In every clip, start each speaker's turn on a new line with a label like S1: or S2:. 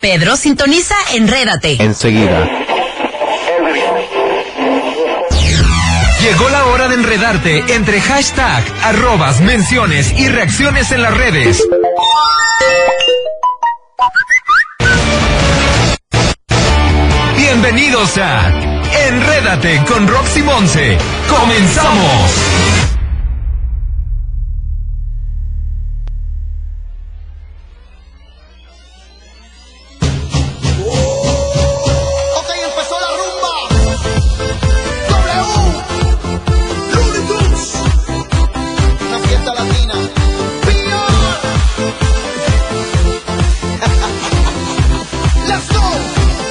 S1: Pedro, sintoniza Enrédate.
S2: Enseguida.
S3: Llegó la hora de enredarte entre hashtag, arrobas, menciones y reacciones en las redes. Bienvenidos a Enrédate con Roxy Monse. ¡Comenzamos!
S4: Ok, empezó la rumba. W. Looney Tunes. Una fiesta latina. PR. Let's go.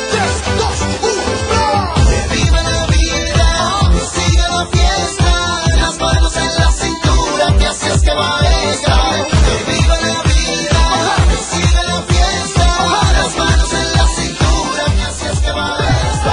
S4: Tres, dos, uno. Vive la vida. Sigue la fiesta. Las manos en la cintura. Que así es que va esta. Vive la vida. Sigue la fiesta. Las manos en la cintura. Que así es que va esta.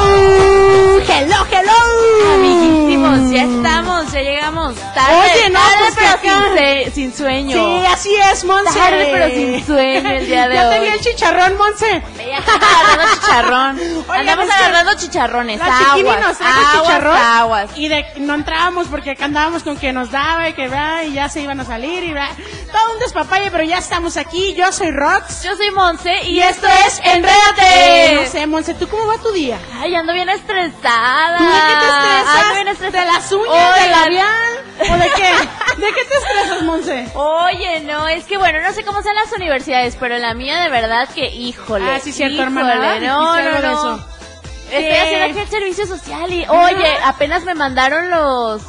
S5: Hello, hello.
S6: Amiguísimos, ya estamos, ya llegamos tarde.
S5: Oye, no,
S6: tarde,
S5: pues, ¿qué
S6: pero sin,
S5: acá?
S6: se- sin sueño.
S5: Sí, así es, Monse.
S6: Tarde, pero sin sueño el día de
S5: ya te
S6: hoy.
S5: vi el chicharrón, Monse.
S6: Ya estamos agarrando chicharrón.
S5: Oye,
S6: Andamos
S5: pues, que
S6: agarrando chicharrones,
S5: La chiquini
S6: aguas,
S5: nos trajo
S6: aguas,
S5: chicharrón
S6: aguas.
S5: y de, no entrábamos porque acá andábamos con que nos daba y que bla, y ya se iban a salir y bla. Todo un despapalle, pero ya estamos aquí. Yo soy Rox.
S6: Yo soy Monse y, esto es
S5: Eh, no
S6: Enrédate.
S5: sé, Monse, ¿tú cómo va tu día?
S6: Ay, ando bien estresada.
S5: ¿Tú de qué te
S6: Ah,
S5: estresas?
S6: Ando bien estresada.
S5: ¿De las uñas,
S6: Oigan,
S5: del labial? ¿O de qué? ¿De qué te estresas, Monse?
S6: Oye, no, es que bueno, no sé cómo sean las universidades, pero la mía de verdad que, híjole.
S5: Ah, sí, cierto,
S6: híjole,
S5: hermana, ¿verdad?
S6: No,
S5: Dijiste
S6: no,
S5: algo de
S6: no.
S5: eso.
S6: Estoy
S5: Sí.
S6: haciendo aquí el servicio social y, oye,
S5: Ah.
S6: apenas me mandaron los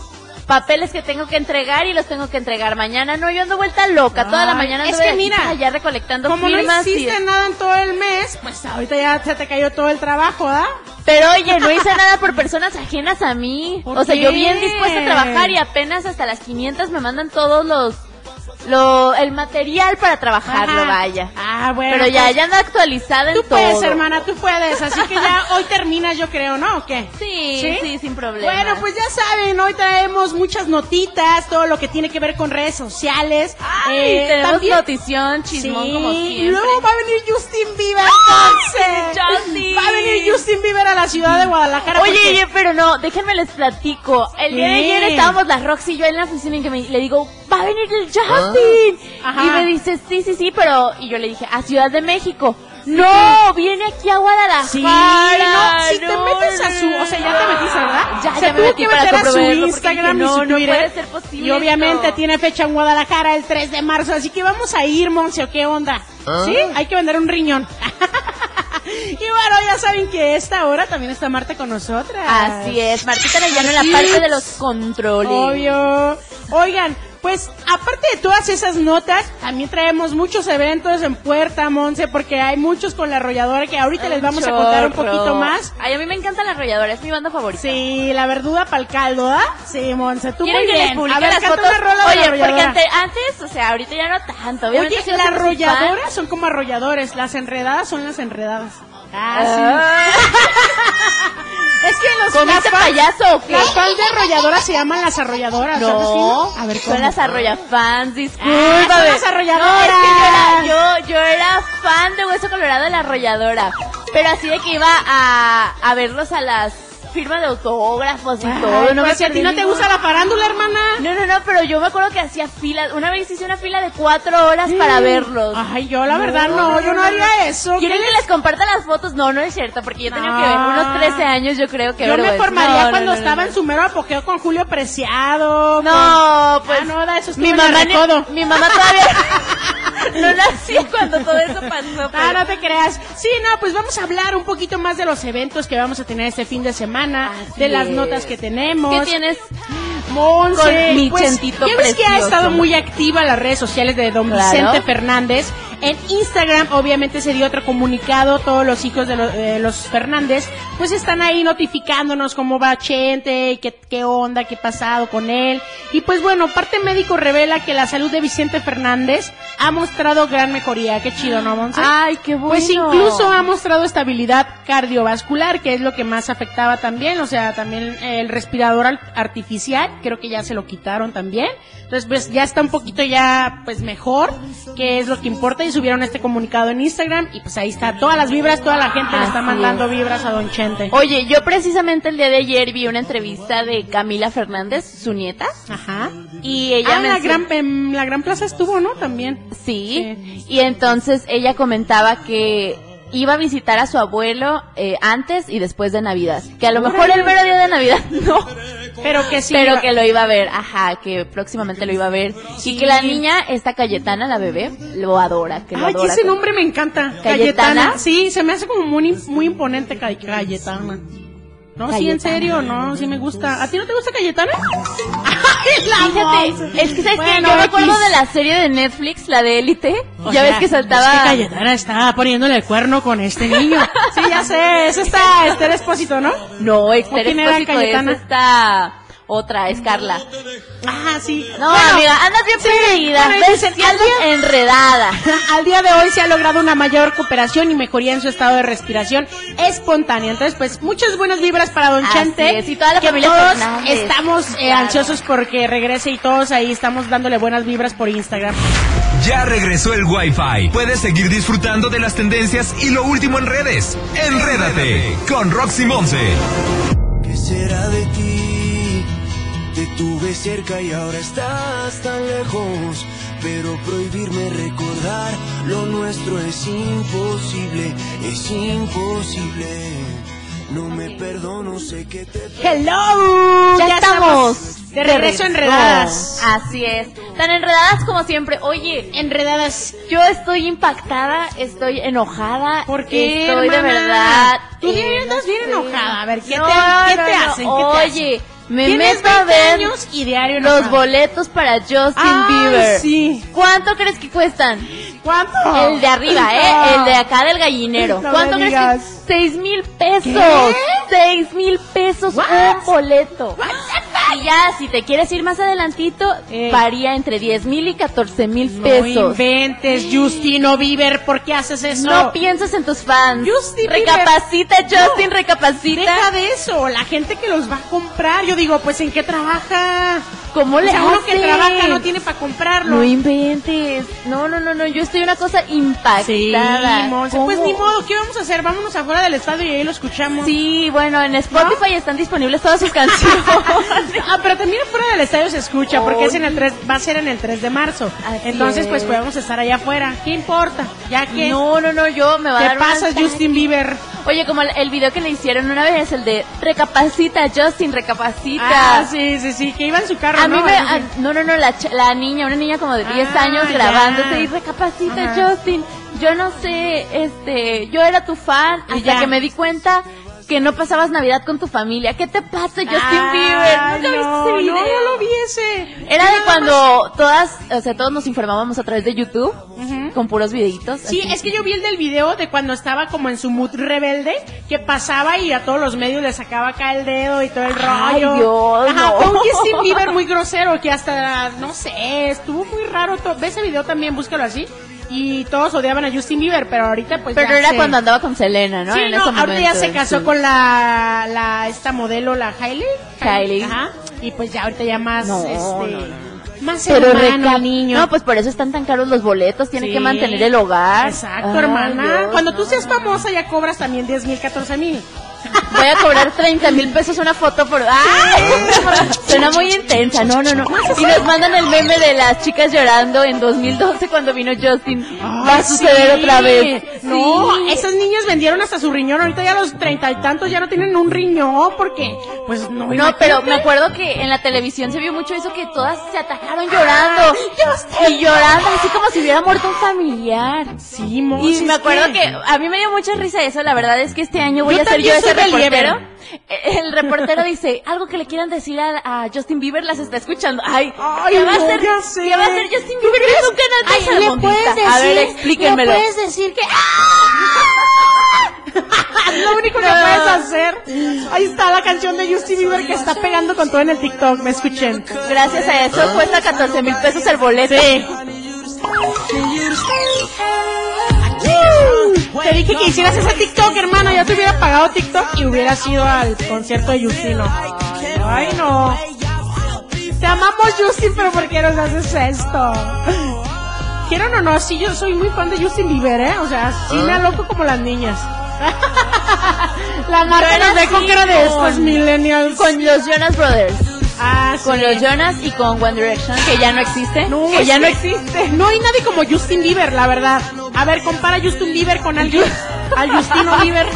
S6: papeles que tengo que entregar y los tengo que entregar mañana. No, yo ando vuelta loca, toda la
S5: Ay,
S6: mañana
S5: es
S6: anduve
S5: que
S6: aquí
S5: mira,
S6: para allá recolectando
S5: Como no
S6: firmas. y-
S5: hiciste nada en todo el mes, pues ahorita ya se te cayó todo el trabajo, ¿da?
S6: Pero oye, no hice nada por personas ajenas a mí.
S5: ¿Por
S6: O sea, yo bien
S5: qué?
S6: dispuesta a trabajar y apenas hasta las 500 me mandan todos los lo, el material para trabajarlo,
S5: Ajá.
S6: vaya.
S5: Ah, bueno.
S6: Pero ya,
S5: pues,
S6: ya anda actualizada en
S5: Tú
S6: todo.
S5: puedes, hermana, tú puedes. Así que ya hoy terminas, yo creo, ¿no? ¿O qué?
S6: Sí,
S5: ¿Sí?
S6: sí, sin problema.
S5: Bueno, pues ya saben, hoy traemos muchas notitas, todo lo que tiene que ver con redes sociales.
S6: Ay,
S5: Eh,
S6: tenemos
S5: también-
S6: notición, chismón,
S5: Sí,
S6: como
S5: y
S6: siempre.
S5: luego va a venir Justin Bieber, entonces.
S6: Justin.
S5: Va a venir Justin Bieber a la ciudad de Guadalajara.
S6: Oye,
S5: porque-
S6: oye, pero no, déjenme les platico. El día de
S5: Sí.
S6: ayer estábamos la Roxy y yo en la oficina y que me, le digo, va a venir el Justin.
S5: Ajá.
S6: Y me dice, sí, sí, sí, pero... Y yo le dije, a Ciudad de México. No, viene aquí a Guadalajara.
S5: Sí, no, si te
S6: no,
S5: metes a su, o sea, ya te metiste, ¿verdad?
S6: Ya,
S5: se
S6: ya me
S5: tuvo
S6: metí
S5: que
S6: para
S5: meter a su
S6: comprobarlo, porque
S5: Instagram
S6: dije,
S5: y su
S6: no, no
S5: Twitter.
S6: puede ser posible
S5: Y obviamente
S6: esto.
S5: tiene fecha en Guadalajara el 3 de marzo, así que vamos a ir, Monse, ¿o qué onda? ¿Sí? Hay que vender un riñón. y bueno, ya saben que esta hora también está Marta con nosotras.
S6: Así es, Martita Arellano en la
S5: Sí.
S6: parte de los controles.
S5: Obvio. Oigan, pues aparte de todas esas notas, también traemos muchos eventos en Puerta, Monse, porque hay muchos con la arrolladora que ahorita les vamos a contar un
S6: Chorro.
S5: poquito más.
S6: Ay, a mí me encanta la arrolladora, es mi banda favorita.
S5: Sí, la verduda pa'l caldo, ¿ah? Sí, Monse, tú muy
S6: ¿Quieren que les
S5: bien.
S6: publique
S5: a ver,
S6: las
S5: canta
S6: fotos?
S5: una rola de
S6: Oye,
S5: la
S6: porque
S5: arrolladora.
S6: ante- antes, o sea, ahorita ya no tanto. Obviamente sí
S5: Oye,
S6: nos
S5: las
S6: hacemos fan.
S5: arrolladoras son como arrolladores, las enredadas son las enredadas. Ah,
S6: Ah,
S5: sí. Es que los
S6: ¿Comiste
S5: las fans-
S6: payaso o qué?
S5: Las fans de arrolladoras se llaman las arrolladoras. ¿sabes?
S6: No,
S5: Sí, A ver, ¿cómo?
S6: son las arrollafans, discúlpame.
S5: Ah, son las
S6: No,
S5: arrolladoras.
S6: es que yo, era, yo, yo era fan de Hueso Colorado de la arrolladora, pero así de que iba a, a verlos a las firmas de autógrafos y
S5: Ay,
S6: todo. No
S5: pues,
S6: me
S5: si a ti
S6: perdí
S5: no te
S6: ninguno.
S5: gusta la farándula, hermana.
S6: No, no, no, pero yo me acuerdo que hacía filas. Una vez hice una fila de cuatro horas para verlos.
S5: Mm. Ay, yo la verdad Ah, no, yo no haría eso.
S6: ¿Quieren
S5: ¿Qué
S6: que les comparta las fotos? No, no es cierto, porque yo tenía que ver unos 13 años, yo creo que
S5: Ah. Yo me
S6: vergüenza.
S5: formaría
S6: No, no,
S5: cuando
S6: no, no,
S5: estaba
S6: no.
S5: en su mero apogeo con Julio Preciado.
S6: No, pues.
S5: Ah, no, da, eso estuvo
S6: mi
S5: en el
S6: mamá, ni-
S5: recodo.
S6: mi mamá todavía no nació cuando todo eso pasó.
S5: Ah,
S6: pero-
S5: no te creas. Sí, no, pues vamos a hablar un poquito más de los eventos que vamos a tener este fin de semana,
S6: Así
S5: de las
S6: es.
S5: notas que tenemos.
S6: ¿Qué tienes?
S5: Monse,
S6: Con mi
S5: pues,
S6: chentito
S5: ya ves que ha
S6: precioso.
S5: estado muy activa las redes sociales de don
S6: Claro.
S5: Vicente Fernández. En Instagram, obviamente, se dio otro comunicado. Todos los hijos de lo- eh, los Fernández, pues están ahí notificándonos cómo va Chente, y qué, qué onda, qué pasado con él. Y pues bueno, parte médico revela que la salud de Vicente Fernández ha mostrado gran mejoría. Qué chido, ¿no, Monse?
S6: Ay, qué bueno.
S5: Pues incluso ha mostrado estabilidad cardiovascular, que es lo que más afectaba también, o sea, también eh, el respirador al- artificial, creo que ya se lo quitaron también. Entonces, pues ya está un poquito ya pues mejor, que es lo que importa y subieron este comunicado en Instagram y pues ahí está, todas las vibras, toda la gente le está
S6: Así
S5: mandando vibras a Don Chente.
S6: Oye, yo precisamente el día de ayer vi una entrevista de Camila Fernández, su nieta,
S5: Ajá.
S6: y ella
S5: ah,
S6: me
S5: la gran, em, la gran plaza estuvo, ¿no? También.
S6: Sí, y entonces ella comentaba que iba a visitar a su abuelo eh, antes y después de Navidad. Que a lo mejor el mero día de Navidad no,
S5: Pero que sí.
S6: pero
S5: iba-
S6: que lo iba a ver, ajá, que próximamente lo iba a ver. Y que la
S5: Sí.
S6: niña, esta Cayetana, la bebé, lo adora, que lo
S5: Ay, que
S6: adora.
S5: ese nombre me encanta.
S6: ¿Cayetana?
S5: Cayetana. Sí, se me hace como muy, muy imponente Cay- Cayetana. No, sí, en
S6: Cayetana.
S5: serio, no, sí me gusta. ¿A ti no te gusta Cayetana?
S6: Fíjate, es que sabes que
S5: Bueno,
S6: yo me acuerdo
S5: X.
S6: de la serie de Netflix, la de Élite,
S5: O
S6: ya
S5: sea,
S6: ves que saltaba...
S5: Es que Cayetana está poniéndole el cuerno con este niño. sí, ya sé, es esta Esther Espósito, ¿no?
S6: No, Esther
S5: quién era
S6: Expósito es
S5: Cayetana?
S6: esta otra, es Carla.
S5: Ajá, sí.
S6: No,
S5: Bueno,
S6: amiga, andas bien perdida,
S5: bueno,
S6: ves,
S5: dicen,
S6: que andas
S5: ¿alguien?
S6: enredada.
S5: Al día de hoy se ha logrado una mayor cooperación y mejoría en su estado de respiración espontánea. Entonces, pues, muchas buenas vibras para Don
S6: Así
S5: Chente.
S6: es, y toda la
S5: que
S6: familia
S5: todos
S6: Fernández.
S5: estamos eh,
S6: Claro.
S5: ansiosos porque regrese y todos ahí estamos dándole buenas vibras por Instagram.
S3: Ya regresó el Wi-Fi. Puedes seguir disfrutando de las tendencias y lo último en redes. Enrédate con Roxy Monse.
S2: ¿Qué será de ti? Te tuve cerca y ahora estás tan lejos. Pero prohibirme recordar lo nuestro es imposible, es imposible. No me perdono, sé que te...
S5: Hello,
S6: Ya, estamos. Ah,
S5: de regreso enredadas.
S6: Así es. Tan enredadas como siempre. Oye,
S5: Enredadas.
S6: yo estoy impactada, estoy enojada.
S5: ¿Por qué,
S6: Estoy de
S5: hermana?
S6: verdad.
S5: Tú bien
S6: eh,
S5: andas bien
S6: sé.
S5: enojada. A ver, ¿qué te-
S6: No,
S5: qué
S6: no,
S5: te
S6: no.
S5: hacen? ¿Qué te
S6: Oye, me
S5: Tienes
S6: meto a
S5: 20
S6: ver
S5: años y diario
S6: los
S5: enojada.
S6: boletos para Justin
S5: Ay,
S6: Bieber.
S5: sí.
S6: ¿Cuánto crees que cuestan?
S5: ¿Cuánto?
S6: El de arriba, ¿eh? El de acá del gallinero.
S5: Ah. No
S6: ¿Cuánto
S5: me
S6: crees que?
S5: digas.
S6: Seis mil pesos.
S5: ¿Qué?
S6: Seis mil pesos
S5: What?
S6: un boleto. Y ya, si te quieres ir más adelantito,
S5: Eh.
S6: varía entre diez mil y catorce mil
S5: No
S6: pesos.
S5: inventes, Justino Bieber, ¿por qué haces eso?
S6: No pienses en tus fans.
S5: Justin Bieber.
S6: recapacita, Justin, recapacita.
S5: Deja de eso, la gente que los va a comprar, yo digo, pues ¿en qué trabaja?
S6: ¿Cómo
S5: O
S6: le
S5: sea, uno que
S6: hacen?
S5: trabaja no tiene para comprarlo.
S6: No inventes. No, no, no, no. Yo estoy una cosa
S5: sí,
S6: impactada.
S5: Monse,
S6: ¿Cómo?
S5: pues ni modo, ¿qué vamos a hacer? Vámonos afuera del estadio y ahí lo escuchamos.
S6: Sí, bueno, en Spotify están disponibles todas sus canciones.
S5: Ah, pero también afuera del estadio se escucha porque es en el 3, va a ser en el 3 de marzo.
S6: Así
S5: Entonces, pues
S6: es.
S5: podemos estar allá afuera. ¿Qué importa? Ya que
S6: No, no, no, yo me va a
S5: te
S6: dar un
S5: pasas
S6: ataque.
S5: Justin Bieber.
S6: Oye, como el, el video que le hicieron una vez, el de recapacita, Justin, recapacita.
S5: Ah, sí, sí, sí, que iba en su carro.
S6: A mí
S5: ¿no?
S6: me...
S5: Algo
S6: a-
S5: así.
S6: no, no, no, la, ch- la niña, una niña como de 10
S5: Ah,
S6: años
S5: ya.
S6: grabándose y recapacita,
S5: Ajá.
S6: Justin. Yo no sé, este, yo era tu fan
S5: Y
S6: hasta
S5: ya.
S6: que me di cuenta que no pasabas Navidad con tu familia. ¿Qué te pasa, Justin
S5: Ay,
S6: Bieber? ¿Nunca viste
S5: no,
S6: ese
S5: no,
S6: video?
S5: no lo vi ese.
S6: Era
S5: Yo
S6: de
S5: nada
S6: cuando todas, o sea, todos nos informábamos a través de YouTube
S5: Ujú.
S6: con puros videitos.
S5: Sí,
S6: así.
S5: es que yo vi el del video de cuando estaba como en su mood rebelde, que pasaba y a todos los medios le sacaba acá el dedo y todo el
S6: Ay,
S5: rollo.
S6: Dios,
S5: Ajá,
S6: no.
S5: fue un Justin Bieber muy grosero que hasta, no sé, estuvo muy raro. todo. Ve ese video también, búscalo así. Y todos odiaban a Justin Bieber, pero ahorita pues
S6: Pero
S5: ya
S6: era
S5: se-
S6: cuando andaba con Selena, ¿no?
S5: Sí,
S6: En
S5: no,
S6: ese
S5: ahorita ya
S6: momento,
S5: se casó
S6: sí.
S5: con la, la, esta modelo, la Hailey.
S6: Hailey.
S5: Ajá. Y pues ya ahorita ya más,
S6: No,
S5: este,
S6: no, no,
S5: más ser
S6: Pero
S5: humano
S6: reca-
S5: el niño.
S6: No, pues por eso están tan caros los boletos, tienen
S5: Sí.
S6: que mantener el hogar.
S5: Exacto,
S6: Ay,
S5: hermana.
S6: Dios,
S5: Cuando tú
S6: no.
S5: seas famosa ya cobras también 10 mil, 14 mil.
S6: Voy a cobrar 30 mil pesos una foto por... ¡Ah! Suena muy intensa, no, no, no. Y nos mandan el meme de las chicas llorando en 2012 cuando vino Justin. Va a suceder otra vez.
S5: No,
S6: Sí.
S5: esas niñas vendieron hasta su riñón. Ahorita ya los treinta y tantos ya no tienen un riñón porque, pues no.
S6: No, pero
S5: imagínate.
S6: me acuerdo que en la televisión se vio mucho eso que todas se atacaron llorando.
S5: Justin.
S6: Y llorando, así como si hubiera muerto un familiar.
S5: Sí, mo,
S6: Y
S5: si
S6: me
S5: es
S6: acuerdo que a mí me dio mucha risa eso. La verdad es que este año voy
S5: Yo
S6: a ser yo
S5: también
S6: ese
S5: soy del
S6: reportero. E-,
S5: Lieber.
S6: El reportero dice, algo que le quieran decir a, a Justin Bieber las está escuchando. Ay,
S5: Ay,
S6: ¿qué va a
S5: no,
S6: hacer,
S5: ya sé.
S6: ¿qué va a hacer Justin Bieber? Es un canal de
S5: Ay, ¿le
S6: salmondita.
S5: puedes
S6: A ver,
S5: decir-
S6: explíquenmelo.
S5: le
S6: puedes decir que...
S5: Es ¡ah! lo único que
S6: No.
S5: puedes hacer. Ahí está la canción de Justin Bieber que está pegando con todo en el TikTok. Me escuchen.
S6: Gracias a eso cuesta 14 mil pesos el boleto.
S5: Ah, Sí. Te dije que hicieras ese TikTok, hermano. Ya te hubiera pagado TikTok y hubieras ido al concierto de Justino. Ay, no. Te amamos, Justin, pero ¿por qué nos haces esto? Quiero o no, sí, yo soy muy fan de Justin Bieber, ¿eh? O sea, sí
S6: Ah.
S5: me aloco como las niñas. La marca
S6: Yo
S5: nos
S6: era
S5: dejó
S6: así
S5: que era de estos
S6: con-
S5: millennials.
S6: Con los Jonas Brothers.
S5: Ah, sí.
S6: Con los Jonas y con One Direction, que ya no existe.
S5: No,
S6: que ya no existe.
S5: existe. No hay nadie como Justin Bieber, la verdad. A ver, compara a Justin Bieber con alguien. Al Justin Bieber.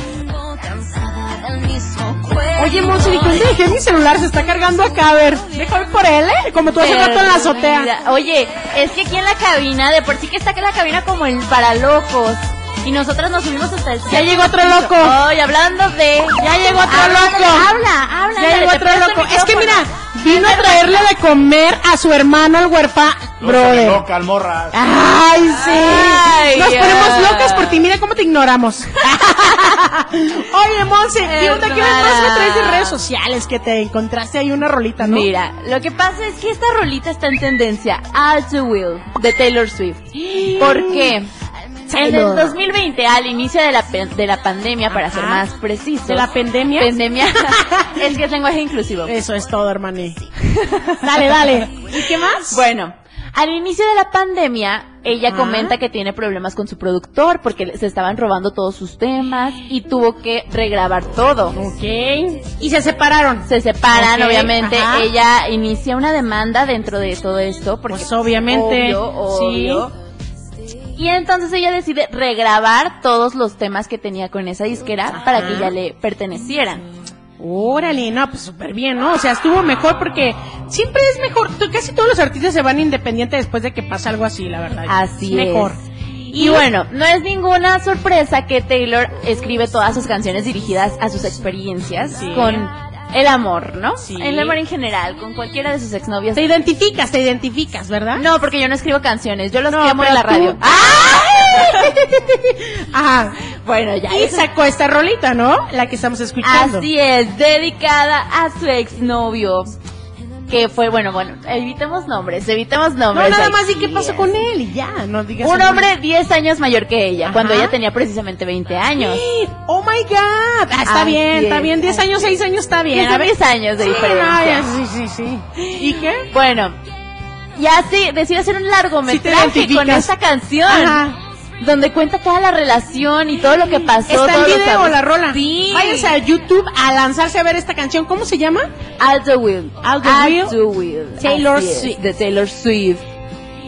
S5: Oye, Monse, di cuenta de que mi celular se está cargando acá, a ver. Déjame por él, ¿eh? Como tú hace rato en la azotea.
S6: Perdida. Oye, es que aquí en la cabina, de por sí que está que la cabina como el para locos. Y nosotras nos subimos hasta el
S5: Ya llegó otro loco.
S6: Ay, hablando de.
S5: Ya llegó otro
S6: Habla,
S5: loco.
S6: habla, habla,
S5: Ya
S6: dale,
S5: llegó
S6: te
S5: otro
S6: presto el
S5: loco. Es que mira,
S6: micrófono.
S5: vino a traerle de comer a su hermano, el huerfa, brother.
S7: Loca, almorra.
S5: Ay, sí.
S6: Ay,
S5: Nos
S6: ya.
S5: ponemos locas por ti. Mira cómo te ignoramos. Oye, Monse, ¿qué onda? ¿Qué me traes? me traes de redes sociales? Que te encontraste ahí una rolita, ¿no?
S6: Mira, lo que pasa es que esta rolita está en tendencia, All Too Will, de Taylor Swift. ¿Por qué? En el
S5: Taylor.
S6: 2020, al inicio de la, pe- de la pandemia, para ser
S5: Ajá.
S6: más preciso.
S5: ¿De la pandemia?
S6: Pandemia. es que es lenguaje inclusivo.
S5: Eso es todo, hermaní. Dale, dale. ¿Y qué más?
S6: Bueno, al inicio de la pandemia, ella comenta que tiene problemas con su productor porque se estaban robando todos sus temas y tuvo que regrabar todo.
S5: Ok. Y se separaron.
S6: Se separan,
S5: Ok,
S6: obviamente.
S5: ajá.
S6: Ella inicia una demanda dentro de todo esto porque
S5: Pues, obviamente,
S6: obvio, obvio. Y entonces ella decide regrabar todos los temas que tenía con esa disquera para que ya le pertenecieran.
S5: Órale, no, pues súper bien, ¿no? O sea, estuvo mejor porque siempre es mejor. Tú- Casi todos los artistas se van independientes después de que pasa algo así, la verdad.
S6: Así
S5: mejor.
S6: es. Y bueno, no es ninguna sorpresa que Taylor escribe todas sus canciones dirigidas a sus experiencias
S5: Sí.
S6: con el amor, ¿no?
S5: Sí.
S6: El amor en general, con cualquiera de sus exnovias.
S5: Te identificas, te identificas, ¿verdad?
S6: No, porque yo no escribo canciones, yo los
S5: No,
S6: llamo en
S5: pero
S6: la
S5: tú-
S6: radio. ¡Ah! ¡Ay!
S5: Ajá.
S6: bueno, ya.
S5: Y
S6: eso-
S5: sacó esta rolita, ¿no? La que estamos escuchando.
S6: Así es, dedicada a su exnovio. Que fue, bueno, bueno, evitemos nombres, evitemos
S5: No,
S6: nombres.
S5: nada
S6: ahí.
S5: más, ¿y qué pasó con él? Y ya, no digas.
S6: Un
S5: el
S6: hombre 10 años mayor que ella,
S5: Ajá.
S6: cuando ella tenía precisamente 20 años.
S5: nombre. Oh my God. Ah, está
S6: Así
S5: bien, está
S6: es,
S5: bien. 10 años, 6 años está bien.
S6: Tiene 10 años de
S5: Sí,
S6: diferencia.
S5: no, ya, sí, sí, sí. ¿Y qué?
S6: Bueno, y así decide hacer un largometraje
S5: Sí te
S6: con
S5: identificas.
S6: esta canción.
S5: Ajá.
S6: Donde cuenta toda la relación y todo lo que pasó.
S5: Está en
S6: todos los
S5: video
S6: abusos.
S5: la rola.
S6: Sí.
S5: Váyanse a YouTube a lanzarse a ver esta canción. ¿Cómo se llama?
S6: All the Will.
S5: All the Will.
S6: Will.
S5: Taylor
S6: Así es,
S5: Swift.
S6: De Taylor Swift.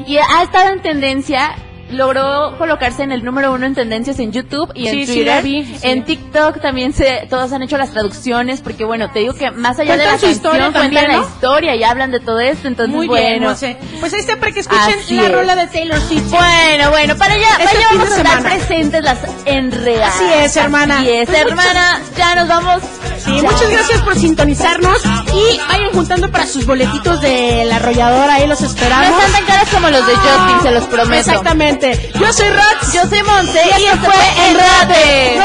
S6: Y ha estado en tendencia. Logró colocarse en el número uno en tendencias en YouTube y en
S5: Sí, sí, la
S6: Twitter.
S5: vi, sí.
S6: En TikTok también se, todos han hecho las traducciones porque bueno, te digo que más allá de la
S5: Cuentan su
S6: canción
S5: historia
S6: cuentan
S5: también,
S6: la
S5: ¿no?
S6: historia y hablan de todo esto, entonces
S5: Muy
S6: bueno.
S5: bien, Monse. Pues ahí está para que escuchen
S6: Así
S5: la
S6: es.
S5: rola de Taylor Swift.
S6: Bueno, bueno, para allá, para
S5: Este
S6: allá
S5: fin
S6: vamos
S5: de
S6: a estar
S5: semana.
S6: presentes las enredadas.
S5: Así es, hermana.
S6: Así es, hermana. Ya nos vamos.
S5: Sí, muchas gracias por sintonizarnos y vayan juntando para sus boletitos de la arrolladora, ahí los
S6: No
S5: esperamos.
S6: están tan caras como los de
S5: Ah.
S6: Justin, se los prometo.
S5: Exactamente. Yo soy Rox.
S6: Yo soy Monse y esto
S5: fue
S6: fue Enrate.